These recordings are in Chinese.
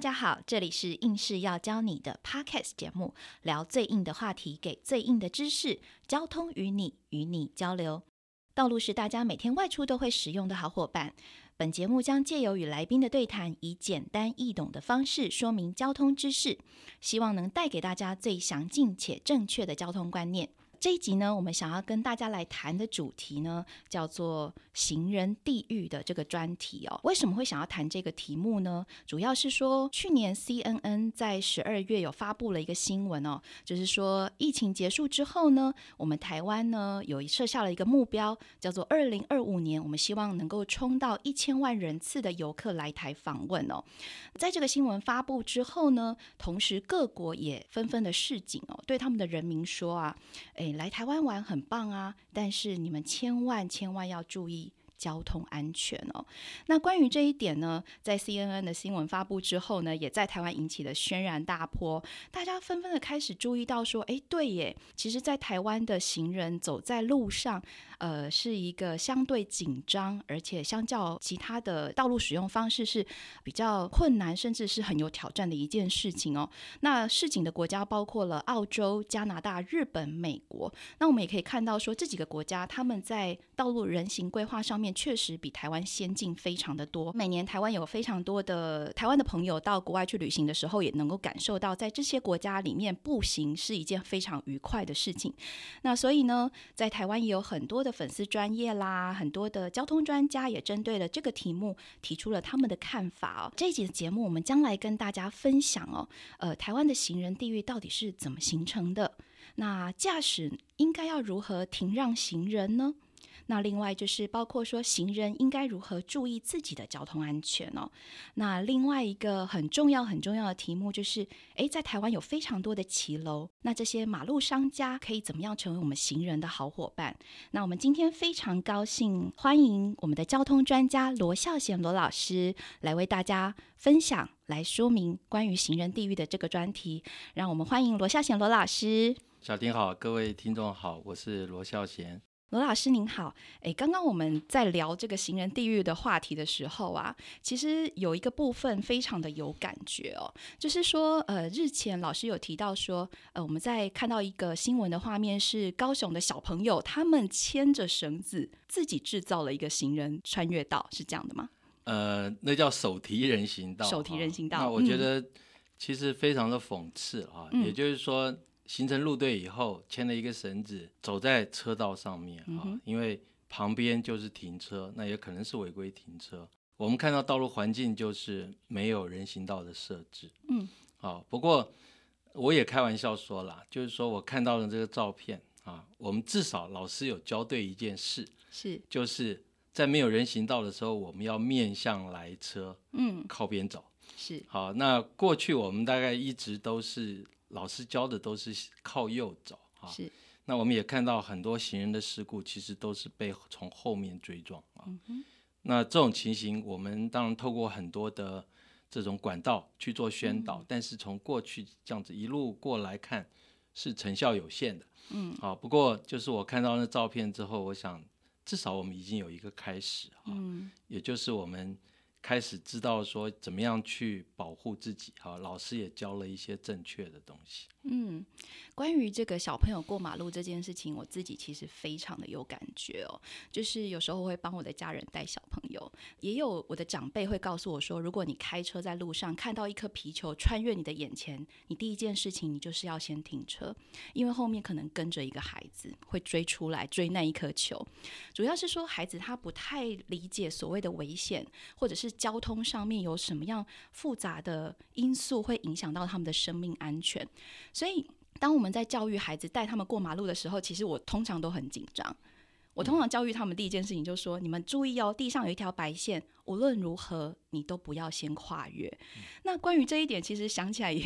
家好，这里是硬是要教你的 Podcast 节目，聊最硬的话题，给最硬的知识，交通与你与你交流。道路是大家每天外出都会使用的好伙伴。本节目将借由与来宾的对谈，以简单易懂的方式说明交通知识，希望能带给大家最详尽且正确的交通观念。这一集呢，我们想要跟大家来谈的主题呢，叫做“行人地狱”的这个专题哦。为什么会想要谈这个题目呢？主要是说，去年 CNN 在十二月有发布了一个新闻哦，就是说疫情结束之后呢，我们台湾呢有设下了一个目标，叫做二零二五年，我们希望能够冲到一千万人次的游客来台访问哦。在这个新闻发布之后呢，同时各国也纷纷的示警哦，对他们的人民说啊，诶，来台湾玩很棒啊，但是你们千万千万要注意。交通安全哦。那关于这一点呢，在 CNN 的新闻发布之后呢，也在台湾引起了轩然大波，大家纷纷的开始注意到说，诶，对耶，其实，在台湾的行人走在路上，呃，是一个相对紧张，而且相较其他的道路使用方式是比较困难，甚至是很有挑战的一件事情哦。那市井的国家包括了澳洲、加拿大、日本、美国。那我们也可以看到说，这几个国家他们在道路人行规划上面确实比台湾先进非常的多。每年台湾有非常多的台湾的朋友到国外去旅行的时候，也能够感受到，在这些国家里面步行是一件非常愉快的事情。那所以呢，在台湾也有很多的粉丝专业啦，很多的交通专家也针对了这个题目提出了他们的看法哦。这一集的节目我们将来跟大家分享哦，呃，台湾的行人地狱到底是怎么形成的？那驾驶应该要如何停让行人呢？那另外就是包括说行人应该如何注意自己的交通安全哦。那另外一个很重要很重要的题目就是，诶，在台湾有非常多的骑楼，那这些马路商家可以怎么样成为我们行人的好伙伴？那我们今天非常高兴欢迎我们的交通专家罗孝贤罗老师来为大家分享、来说明关于行人地狱的这个专题。让我们欢迎罗孝贤罗老师。小丁好，各位听众好，我是罗孝贤。罗老师您好，诶，刚刚我们在聊这个行人地狱的话题的时候啊，其实有一个部分非常的有感觉哦，就是说，呃，日前老师有提到说，呃，我们在看到一个新闻的画面是高雄的小朋友他们牵着绳子自己制造了一个行人穿越道，是这样的吗？呃，那叫手提人行道，手提人行道啊那我觉得其实非常的讽刺啊，嗯也就是说，形成路队以后，牵了一个绳子走在车道上面嗯啊，因为旁边就是停车，那也可能是违规停车。我们看到道路环境就是没有人行道的设置，嗯，啊，不过我也开玩笑说啦，就是说我看到了这个照片啊，我们至少老师有交对一件事，是，就是在没有人行道的时候，我们要面向来车，嗯，靠边走。是，好，那过去我们大概一直都是老师教的都是靠右走啊。是，那我们也看到很多行人的事故，其实都是被从后面追撞啊。嗯那这种情形，我们当然透过很多的这种管道去做宣嗯导，但是从过去这样子一路过来看，是成效有限的。嗯，好，不过就是我看到那照片之后，我想至少我们已经有一个开始啊。嗯，也就是我们开始知道说怎么样去保护自己。哈，老师也教了一些正确的东西。嗯，关于这个小朋友过马路这件事情，我自己其实非常的有感觉哦。就是有时候我会帮我的家人带小朋友，也有我的长辈会告诉我说，如果你开车在路上看到一颗皮球穿越你的眼前，你第一件事情你就是要先停车，因为后面可能跟着一个孩子会追出来追那一颗球。主要是说孩子他不太理解所谓的危险，或者是交通上面有什么样复杂的因素会影响到他们的生命安全。所以，当我们在教育孩子带他们过马路的时候，其实我通常都很紧张。我通常教育他们第一件事情就是说：你们注意哦，地上有一条白线，无论如何你都不要先跨越。那关于这一点，其实想起来也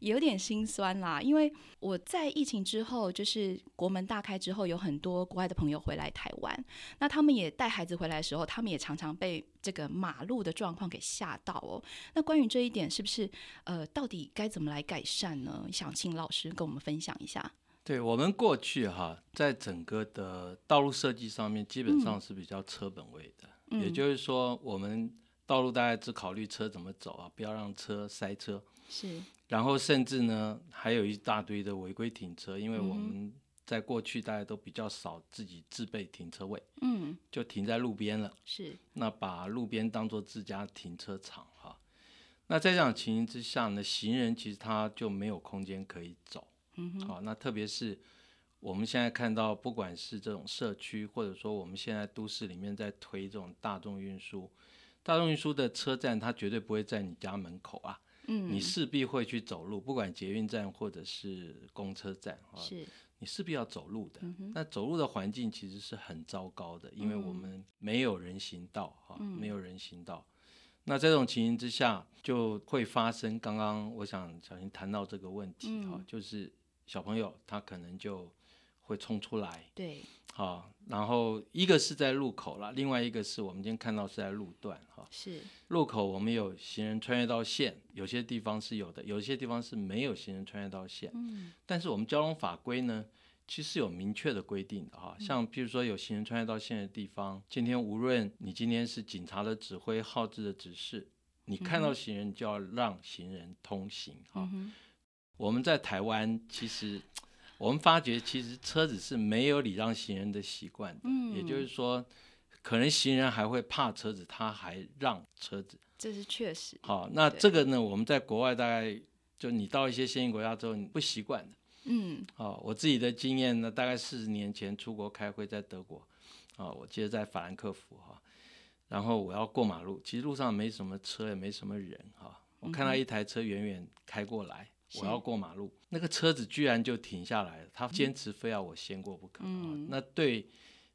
也有点心酸啦，因为我在疫情之后，就是国门大开之后，有很多国外的朋友回来台湾，那他们也带孩子回来的时候，他们也常常被这个马路的状况给吓到哦。那关于这一点，是不是呃，到底该怎么来改善呢？想请老师跟我们分享一下。对我们过去哈，在整个嗯的道路设计上面，基本上是比较车本位的，也就是说，我们道路大家只考虑车怎么走啊，不要让车塞车。是，然后甚至呢，还有一大堆的违规停车，因为我们在过去大家都比较少自己自备停车位，嗯，就停在路边了。是，那把路边当做自家停车场哈、那在这样的情形之下呢，行人其实他就没有空间可以走。嗯哼，好、那特别是我们现在看到，不管是这种社区，或者说我们现在都市里面在推这种大众运输，大众运输的车站它绝对不会在你家门口啊，嗯，你势必会去走路，不管捷运站或者是公车站啊、是，你势必要走路的。嗯哼，嗯那走路的环境其实是很糟糕的，因为我们没有人行道哈、没有人行道。那在这种情形之下，就会发生刚刚我想小新谈到这个问题哈、嗯就是小朋友他可能就会冲出来对，哈、然后一个是在路口啦，另外一个是我们今天看到是在路段哈、是，路口我们有行人穿越到线，有些地方是有的，有些地方是没有行人穿越到线。嗯，但是我们交通法规呢，其实有明确的规定的哈、嗯像譬如说有行人穿越到线的地方，今天无论你今天是警察的指挥、号志的指示，你看到行人你就要让行人通行哈、嗯哼，我们在台湾其实。我们发觉，其实车子是没有礼让行人的习惯的，嗯也就是说，可能行人还会怕车子，他还让车子。这是确实，好，那对这个呢，我们在国外大概就你到一些先进国家之后，你不习惯的。嗯，啊、我自己的经验呢，大概四十年前出国开会在德国，啊、我记得在法兰克福哈、然后我要过马路，其实路上没什么车，也没什么人哈、我看到一台车远远开过来，我要过马路，那个车子居然就停下来了，他坚持非要我先过不可、啊，那对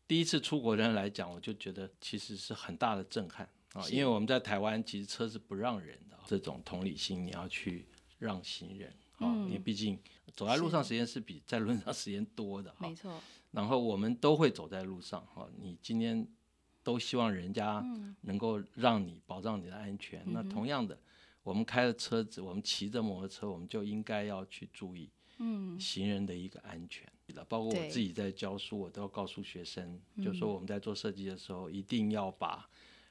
第一次出国的人来讲，我就觉得其实是很大的震撼啊，是因为我们在台湾其实车是不让人的啊，这种同理心你要去让行人啊，因为毕竟走在路上时间是比在轮上时间多的哈没，错，然后我们都会走在路上哈，你今天都希望人家能够让你保障你的安全，那同样的。我们开着车子，我们骑着摩托车，我们就应该要去注意嗯，行人的一个安全。包括对我自己在教书，我都要告诉学生，就说我们在做设计的时候，一定要把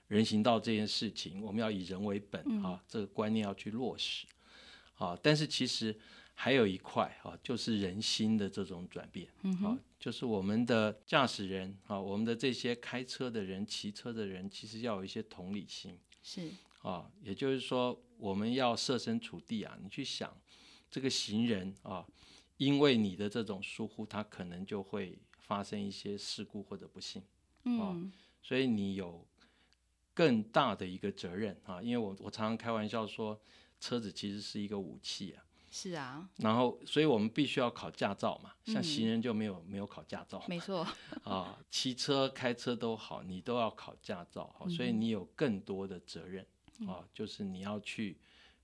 人行道这件事情，我们要以人为本、啊，这个观念要去落实啊。但是其实还有一块啊，就是人心的这种转变、啊，就是我们的驾驶人啊，我们的这些开车的人、骑车的人，其实要有一些同理心。是，啊，也就是说，我们要设身处地啊，你去想这个行人啊，因为你的这种疏忽，他可能就会发生一些事故或者不幸，嗯，所以你有更大的一个责任啊。因为我我常常开玩笑说，车子其实是一个武器啊，是啊，然后所以我们必须要考驾照嘛，像行人就没有、没有考驾照，没错，啊，骑车、开车都好，你都要考驾照，好所以你有更多的责任啊，就是你要去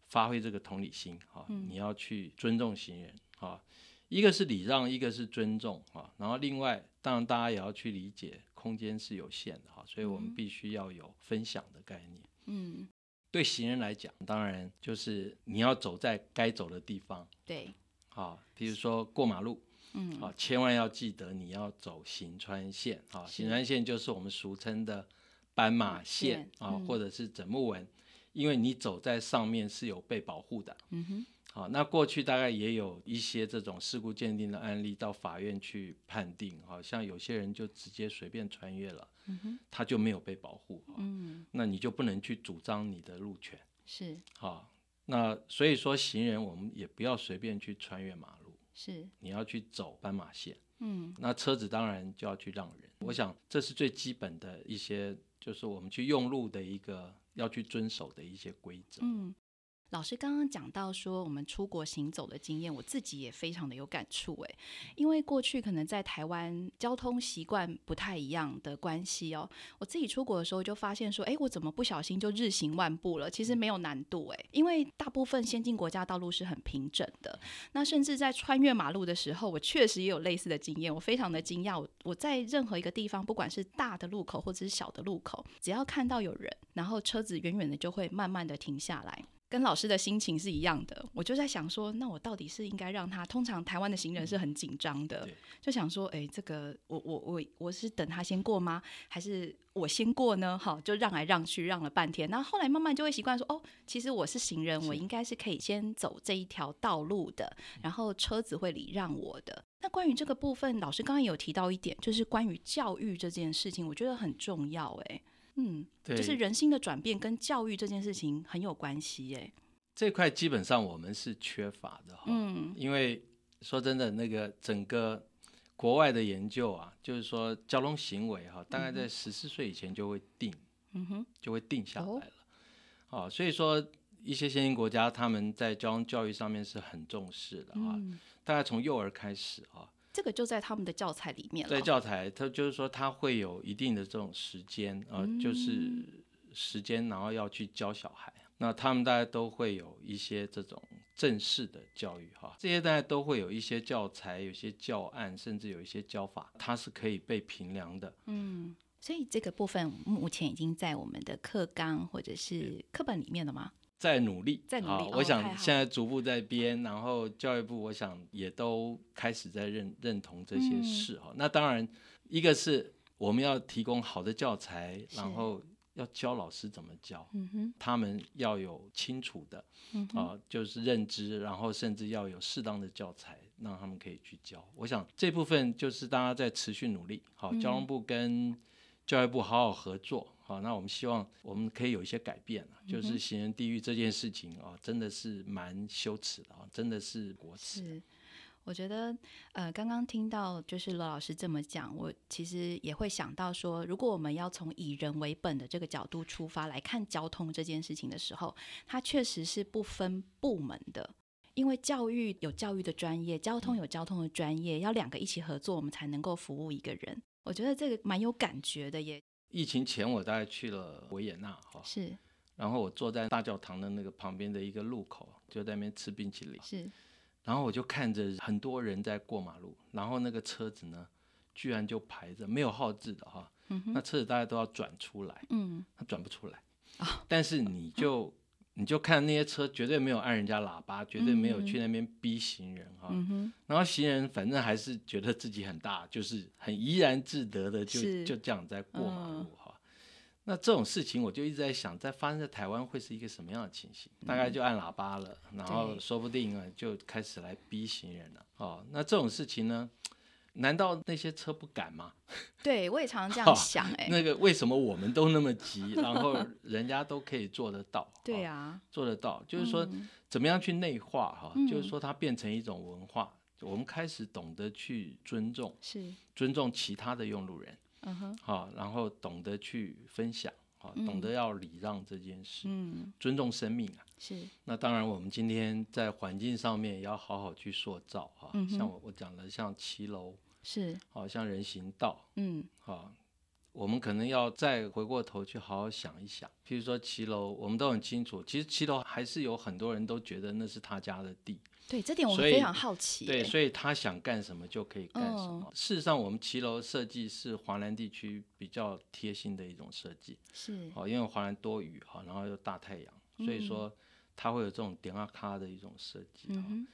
发挥这个同理心啊，你要去尊重行人啊，一个是礼让，一个是尊重啊，然后另外当然大家也要去理解，空间是有限的哈、所以我们必须要有分享的概念。嗯，对行人来讲，当然就是你要走在该走的地方对，啊，比如说过马路，嗯，啊，千万要记得你要走行川线啊，是行川线就是我们俗称的斑马线线嗯啊，或者是枕木纹，因为你走在上面是有被保护的。嗯哼，好，那过去大概也有一些这种事故鉴定的案例到法院去判定，好像有些人就直接随便穿越了，他就没有被保护，啊嗯，那你就不能去主张你的路权。是好，那所以说行人我们也不要随便去穿越马路，是，你要去走斑马线。嗯，那车子当然就要去让人。我想这是最基本的一些，就是我们去用路的一个要去遵守的一些规则。嗯，老师刚刚讲到说我们出国行走的经验，我自己也非常的有感触诶，因为过去可能在台湾交通习惯不太一样的关系哦，我自己出国的时候就发现说，诶，我怎么不小心就日行万步了？其实没有难度诶，因为大部分先进国家道路是很平整的，那甚至在穿越马路的时候，我确实也有类似的经验，我非常的惊讶。我我在任何一个地方，不管是大的路口或者是小的路口，只要看到有人，然后车子远远的就会慢慢的停下来。跟老师的心情是一样的。我就在想说，那我到底是应该让他？通常台湾的行人是很紧张的，嗯对就想说，哎、这个我我我我是等他先过吗？还是我先过呢？好，就让来让去，让了半天。然后后来慢慢就会习惯说，哦，其实我是行人，我是应该是可以先走这一条道路的，然后车子会礼让我的。那关于这个部分，老师刚刚有提到一点，就是关于教育这件事情，我觉得很重要、哎，嗯，对，就是人性的转变跟教育这件事情很有关系哎、这块基本上我们是缺乏的哈。嗯因为说真的，那个整个国外的研究啊，就是说交通行为哈、大概在十四岁以前就会定，嗯哼，就会定下来哦了。哦，所以说一些先进国家他们在交通教育上面是很重视的啊，嗯，大概从幼儿开始啊，这个就在他们的教材里面了，在教材它就是说它会有一定的这种时间啊，就是嗯时间，然后要去教小孩。那他们大家都会有一些这种正式的教育哈，这些大家都会有一些教材、有些教案，甚至有一些教法，它是可以被评量的。嗯，所以这个部分目前已经在我们的课纲或者是课本里面了吗？在努力，在努啊力哦我太好想现在逐步在编，然后教育部我想也都开始在认认同这些嗯事哈、那当然，一个是我们要提供好的教材，是然后要教老师怎么教，嗯哼，他们要有清楚的嗯哼，啊、就是认知，然后甚至要有适当的教材，让他们可以去教。我想这部分就是大家在持续努力，好、嗯交通部跟教育部好好合作，好、那我们希望我们可以有一些改变啊就嗯是哼行人地狱这件事情啊、真的是蛮羞耻的啊、真的是国耻。是。我觉得，呃，刚刚听到就是罗老师这么讲，我其实也会想到说，如果我们要从以人为本的这个角度出发来看交通这件事情的时候，它确实是不分部门的，因为教育有教育的专业，交通有交通的专业，要两个一起合作，我们才能够服务一个人。我觉得这个蛮有感觉的耶，疫情前我大概去了维也纳哈、是然后我坐在大教堂的那个旁边的一个路口，就在那边吃冰淇淋。是，然后我就看着很多人在过马路，然后那个车子呢，居然就排着没有号志的哈，嗯那哼，车子大家都要转出来，嗯，它转不出来，啊 但是你就你就看那些车绝对没有按人家喇叭，绝对没有去那边逼行人哈，嗯哼，然后行人反正还是觉得自己很大，就是很怡然自得的就是就这样在过马嗯路哈。那这种事情，我就一直在想，在发生在台湾会是一个什么样的情形？大嗯概就按喇叭了，然后说不定啊，就开始来逼行人了。哦，那这种事情呢，难道那些车不敢吗？对我也常常这样想，哎，那个为什么我们都那么 急，然后人家都可以做得到？对哦啊，做得到，就是说怎么样去内化哈、嗯就是说它变成一种文化，我们开始懂得去尊重，是，尊重其他的用路人，嗯哼，哈、然后懂得去分享，哈、嗯懂得要礼让这件事，嗯，尊重生命啊。是，那当然，我们今天在环境上面也要好好去塑造哈、嗯哼像我我讲的，像骑楼，是，好、像人行道，嗯，啊，我们可能要再回过头去好好想一想。譬如说骑楼，我们都很清楚，其实骑楼还是有很多人都觉得那是他家的地，对，这点我所非以常好奇、对，欸所以他想干什么就可以干什嗯么。事实上，我们骑楼设计是华南地区比较贴心的一种设计，是，哦，因为华南多雨哈、然后又大太阳，所以说它会有这种点啊咔的一种设计、啊。嗯哼，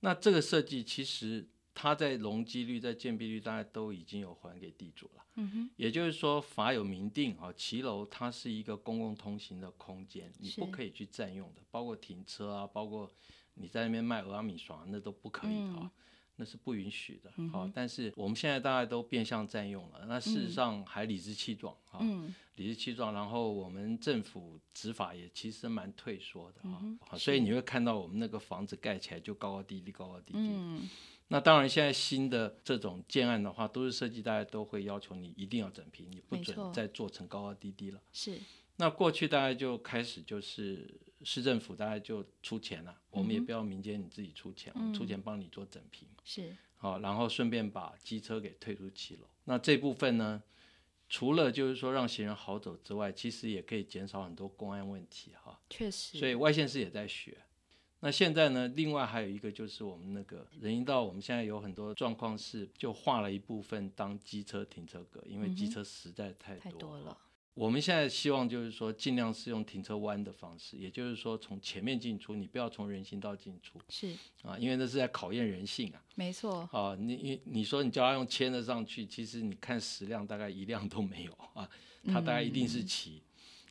那这个设计其实它在容积率、在建蔽率，大概都已经有还给地主了。嗯哼，也就是说，法有明定啊，骑楼它是一个公共通行的空间，你是不可以去占用的，包括停车啊，包括你在那边卖俄阿米爽啊，那都不可以的啊，嗯那是不允许的。好、哦嗯哼但是我们现在大家都变相占用了，那事实嗯上还理直气壮啊，嗯，理直气壮。然后我们政府执法也其实蛮退缩的啊、嗯哼好所以你会看到我们那个房子盖起来就高高低低，高高低低的。嗯，那当然，现在新的这种建案的话，都市设计大家都会要求你一定要整平，你不没错准再做成高高低低了。是，那过去大概就开始就是市政府大概就出钱了，我们也嗯哼不要民间你自己出钱，我们出嗯钱帮你做整平，是，好、然后顺便把机车给退出骑楼。那这部分呢，除了就是说让行人好走之外，其实也可以减少很多公安问题哈、确实，所以外县市也在学。那现在呢？另外还有一个就是我们那个人行道，我们现在有很多状况是就划了一部分当机车停车格，因嗯为哼机车实在太太多多了，我们现在希望就是说，尽量是用停车弯的方式，也就是说从前面进出，你不要从人行道进出是啊，因为那是在考验人性啊。没错，啊，你你你说你叫他用牵的上去，其实你看十辆大概一辆都没有啊，他大概一定是骑、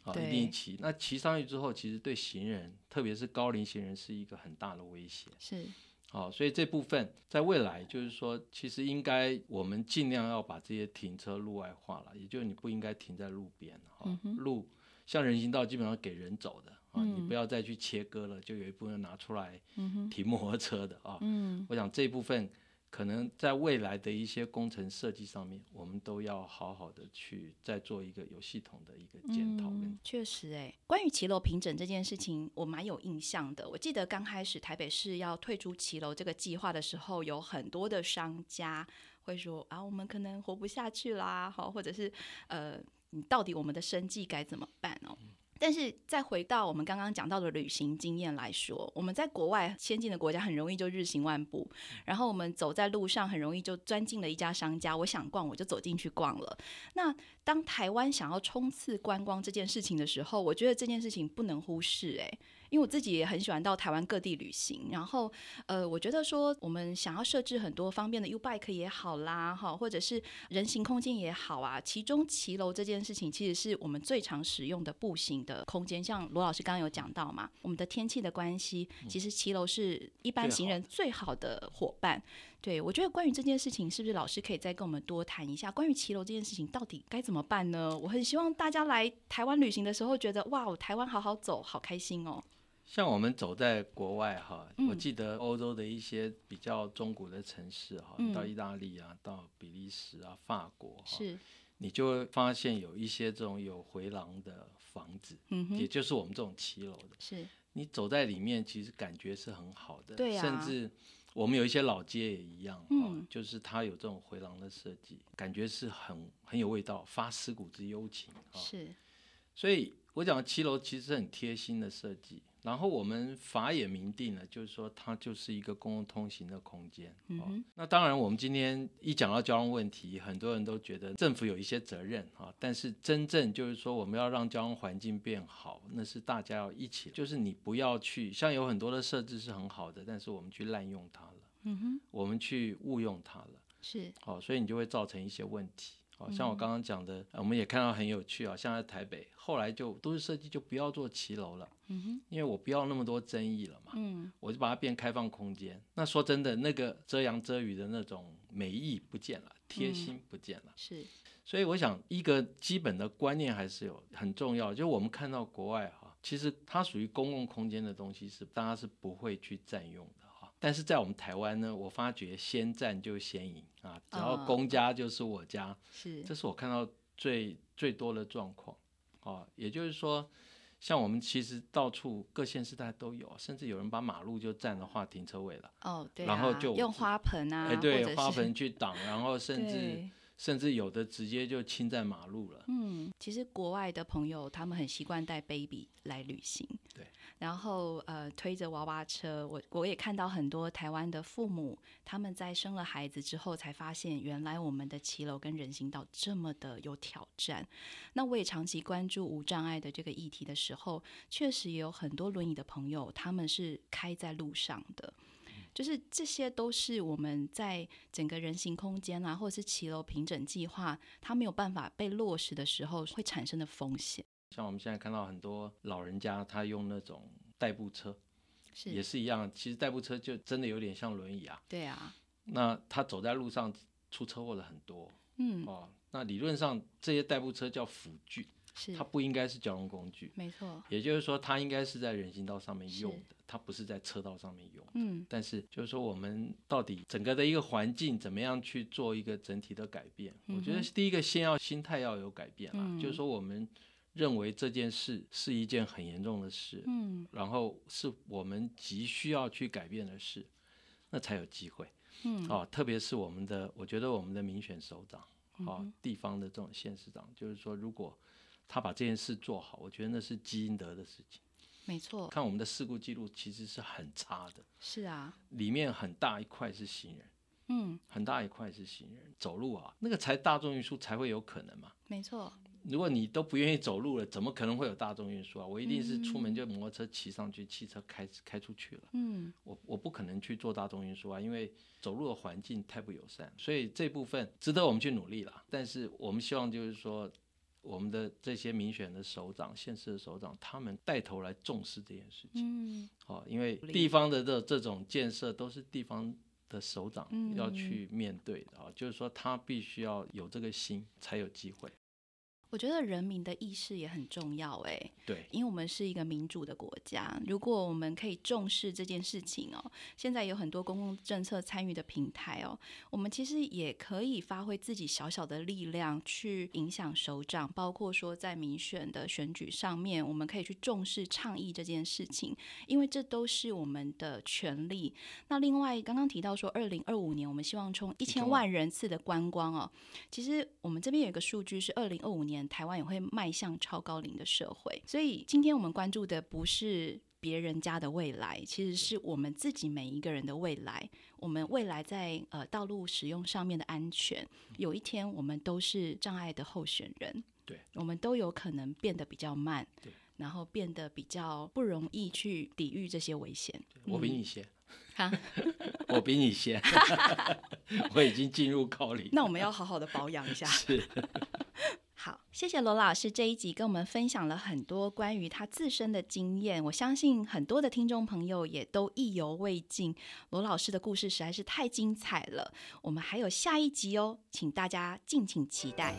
啊，对一定骑。那骑上去之后，其实对行人，特别是高龄行人是一个很大的威胁。是好、所以这部分在未来就是说，其实应该我们尽量要把这些停车路外化了，也就是你不应该停在路边哈、路像人行道基本上给人走的啊、你不要再去切割了，就有一部分拿出来 停摩托车的啊。嗯，我想这部分可能在未来的一些工程设计上面，我们都要好好的去再做一个有系统的一个检讨跟嗯，确实哎、关于骑楼平整这件事情，我蛮有印象的。我记得刚开始台北市要退出骑楼这个计划的时候，有很多的商家会说啊，我们可能活不下去啦，好，或者是呃，你到底我们的生计该怎么办哦？但是再回到我们刚刚讲到的旅行经验来说，我们在国外先进的国家很容易就日行万步，然后我们走在路上很容易就钻进了一家商家，我想逛我就走进去逛了。那当台湾想要冲刺观光这件事情的时候，我觉得这件事情不能忽视、欸，因为我自己也很喜欢到台湾各地旅行，然后呃，我觉得说我们想要设置很多方便的 U bike 也好啦，哈，或者是人行空间也好啊，其中骑楼这件事情其实是我们最常使用的步行的空间，像罗老师刚刚有讲到嘛，我们的天气的关系，其实骑楼是一般行人最好的伙伴。对，我觉得关于这件事情，是不是老师可以再跟我们多谈一下？关于骑楼这件事情，到底该怎么办呢？我很希望大家来台湾旅行的时候，觉得哇，台湾好好走，好开心哦。像我们走在国外哈，嗯我记得欧洲的一些比较中古的城市哈，嗯到意大利啊，到比利时啊、法国哈，是，你就会发现有一些这种有回廊的房子，嗯也哼，就是我们这种骑楼的，是你走在里面其实感觉是很好的，对啊甚至。我们有一些老街也一样，嗯哦，就是它有这种回廊的设计，感觉是很很有味道，发思古之幽情啊。是，所以我讲骑楼其实是很贴心的设计。然后我们法也明定了，就是说它就是一个公共通行的空间。嗯哦哼，那当然，我们今天一讲到交通问题，很多人都觉得政府有一些责任啊、但是真正就是说，我们要让交通环境变好，那是大家要一起。就是你不要去，像有很多的设置是很好的，但是我们去滥用它了，嗯哼，我们去误用它了。是，哦，所以你就会造成一些问题。哦，像嗯我刚刚讲的、呃我们也看到很有趣啊、像在台北，后来就都市设计就不要做骑楼了，嗯哼，因为我不要那么多争议了嘛，嗯，我就把它变开放空间。那说真的，那个遮阳遮雨的那种美意不见了，贴嗯心不见了。是，所以我想，一个基本的观念还是有很重要。就我们看到国外哈、其实它属于公共空间的东西是大家是不会去占用的哈、但是在我们台湾呢，我发觉先占就先赢啊，只要啊公家就是我家，是，这是我看到最最多的状况啊。也就是说，像我们其实到处各县市大家都有，甚至有人把马路就占了划停车位了，哦，对、啊，然后就用花盆啊，哎，或者对，是花盆去挡，然后甚至 对甚至有的直接就侵占马路了。嗯，其实国外的朋友他们很习惯带 baby 来旅行，对，然后呃推着娃娃车，我我也看到很多台湾的父母他们在生了孩子之后才发现，原来我们的骑楼跟人行道这么的有挑战。那我也长期关注无障碍的这个议题的时候，确实也有很多轮椅的朋友，他们是开在路上的。就是这些都是我们在整个人行空间啊，或者是骑楼平整计划，它没有办法被落实的时候会产生的风险。像我们现在看到很多老人家，他用那种代步车也是，是一样，其实代步车就真的有点像轮椅啊。对啊，那他走在路上出车祸的很多嗯，哦。那理论上这些代步车叫辅具，是它，不应该是交通工具。没错，也就是说，它应该是在人行道上面用是的，它不是在车道上面用。嗯，但是就是说，我们到底整个的一个环境怎么样去做一个整体的改变？我觉得嗯第一个先要心态要有改变啦，嗯就是说我们认为这件事是一件很严重的事，嗯，然后是我们急需要去改变的事，那才有机会。嗯，哦，特别是我们的，我觉得我们的民选首长，嗯哦，地方的这种县市长，就是说，如果他把这件事做好，我觉得那是积阴德的事情。没错，看我们的事故记录其实是很差的，是啊，里面很大一块是行人，嗯，很大一块是行人走路啊，那个才大众运输才会有可能嘛。没错，如果你都不愿意走路了，怎么可能会有大众运输啊？我一定是出门就摩托车骑上去，汽车开开出去了。嗯，我我不可能去做大众运输啊，因为走路的环境太不友善，所以这部分值得我们去努力啦。但是我们希望就是说，我们的这些民选的首长、县市的首长，他们带头来重视这件事情。嗯，哦，因为地方的这这种建设都是地方的首长嗯要去面对的啊、就是说他必须要有这个心，才有机会。我觉得人民的意识也很重要哎、对，因为我们是一个民主的国家，如果我们可以重视这件事情哦，现在有很多公共政策参与的平台哦，我们其实也可以发挥自己小小的力量去影响首长，包括说在民选的选举上面，我们可以去重视倡议这件事情，因为这都是我们的权利。那另外刚刚提到说，二零二五年我们希望冲一千1000万万人次的观光哦，其实我们这边有一个数据是，二零二五年台湾也会迈向超高龄的社会。所以今天我们关注的不是别人家的未来，其实是我们自己每一个人的未来。我们未来在呃道路使用上面的安全，有一天我们都是障碍的候选人。对，我们都有可能变得比较慢对，然后变得比较不容易去抵御这些危险。我比你先，嗯好， 我比你先， 我已经进入高龄。那我们要好好的保养一 下。是，好，谢谢罗老师这一集跟我们分享了很多关于他自身的经验，我相信很多的听众朋友也都意犹未尽。罗老师的故事实在是太精彩了，我们还有下一集哦，请大家敬请期待。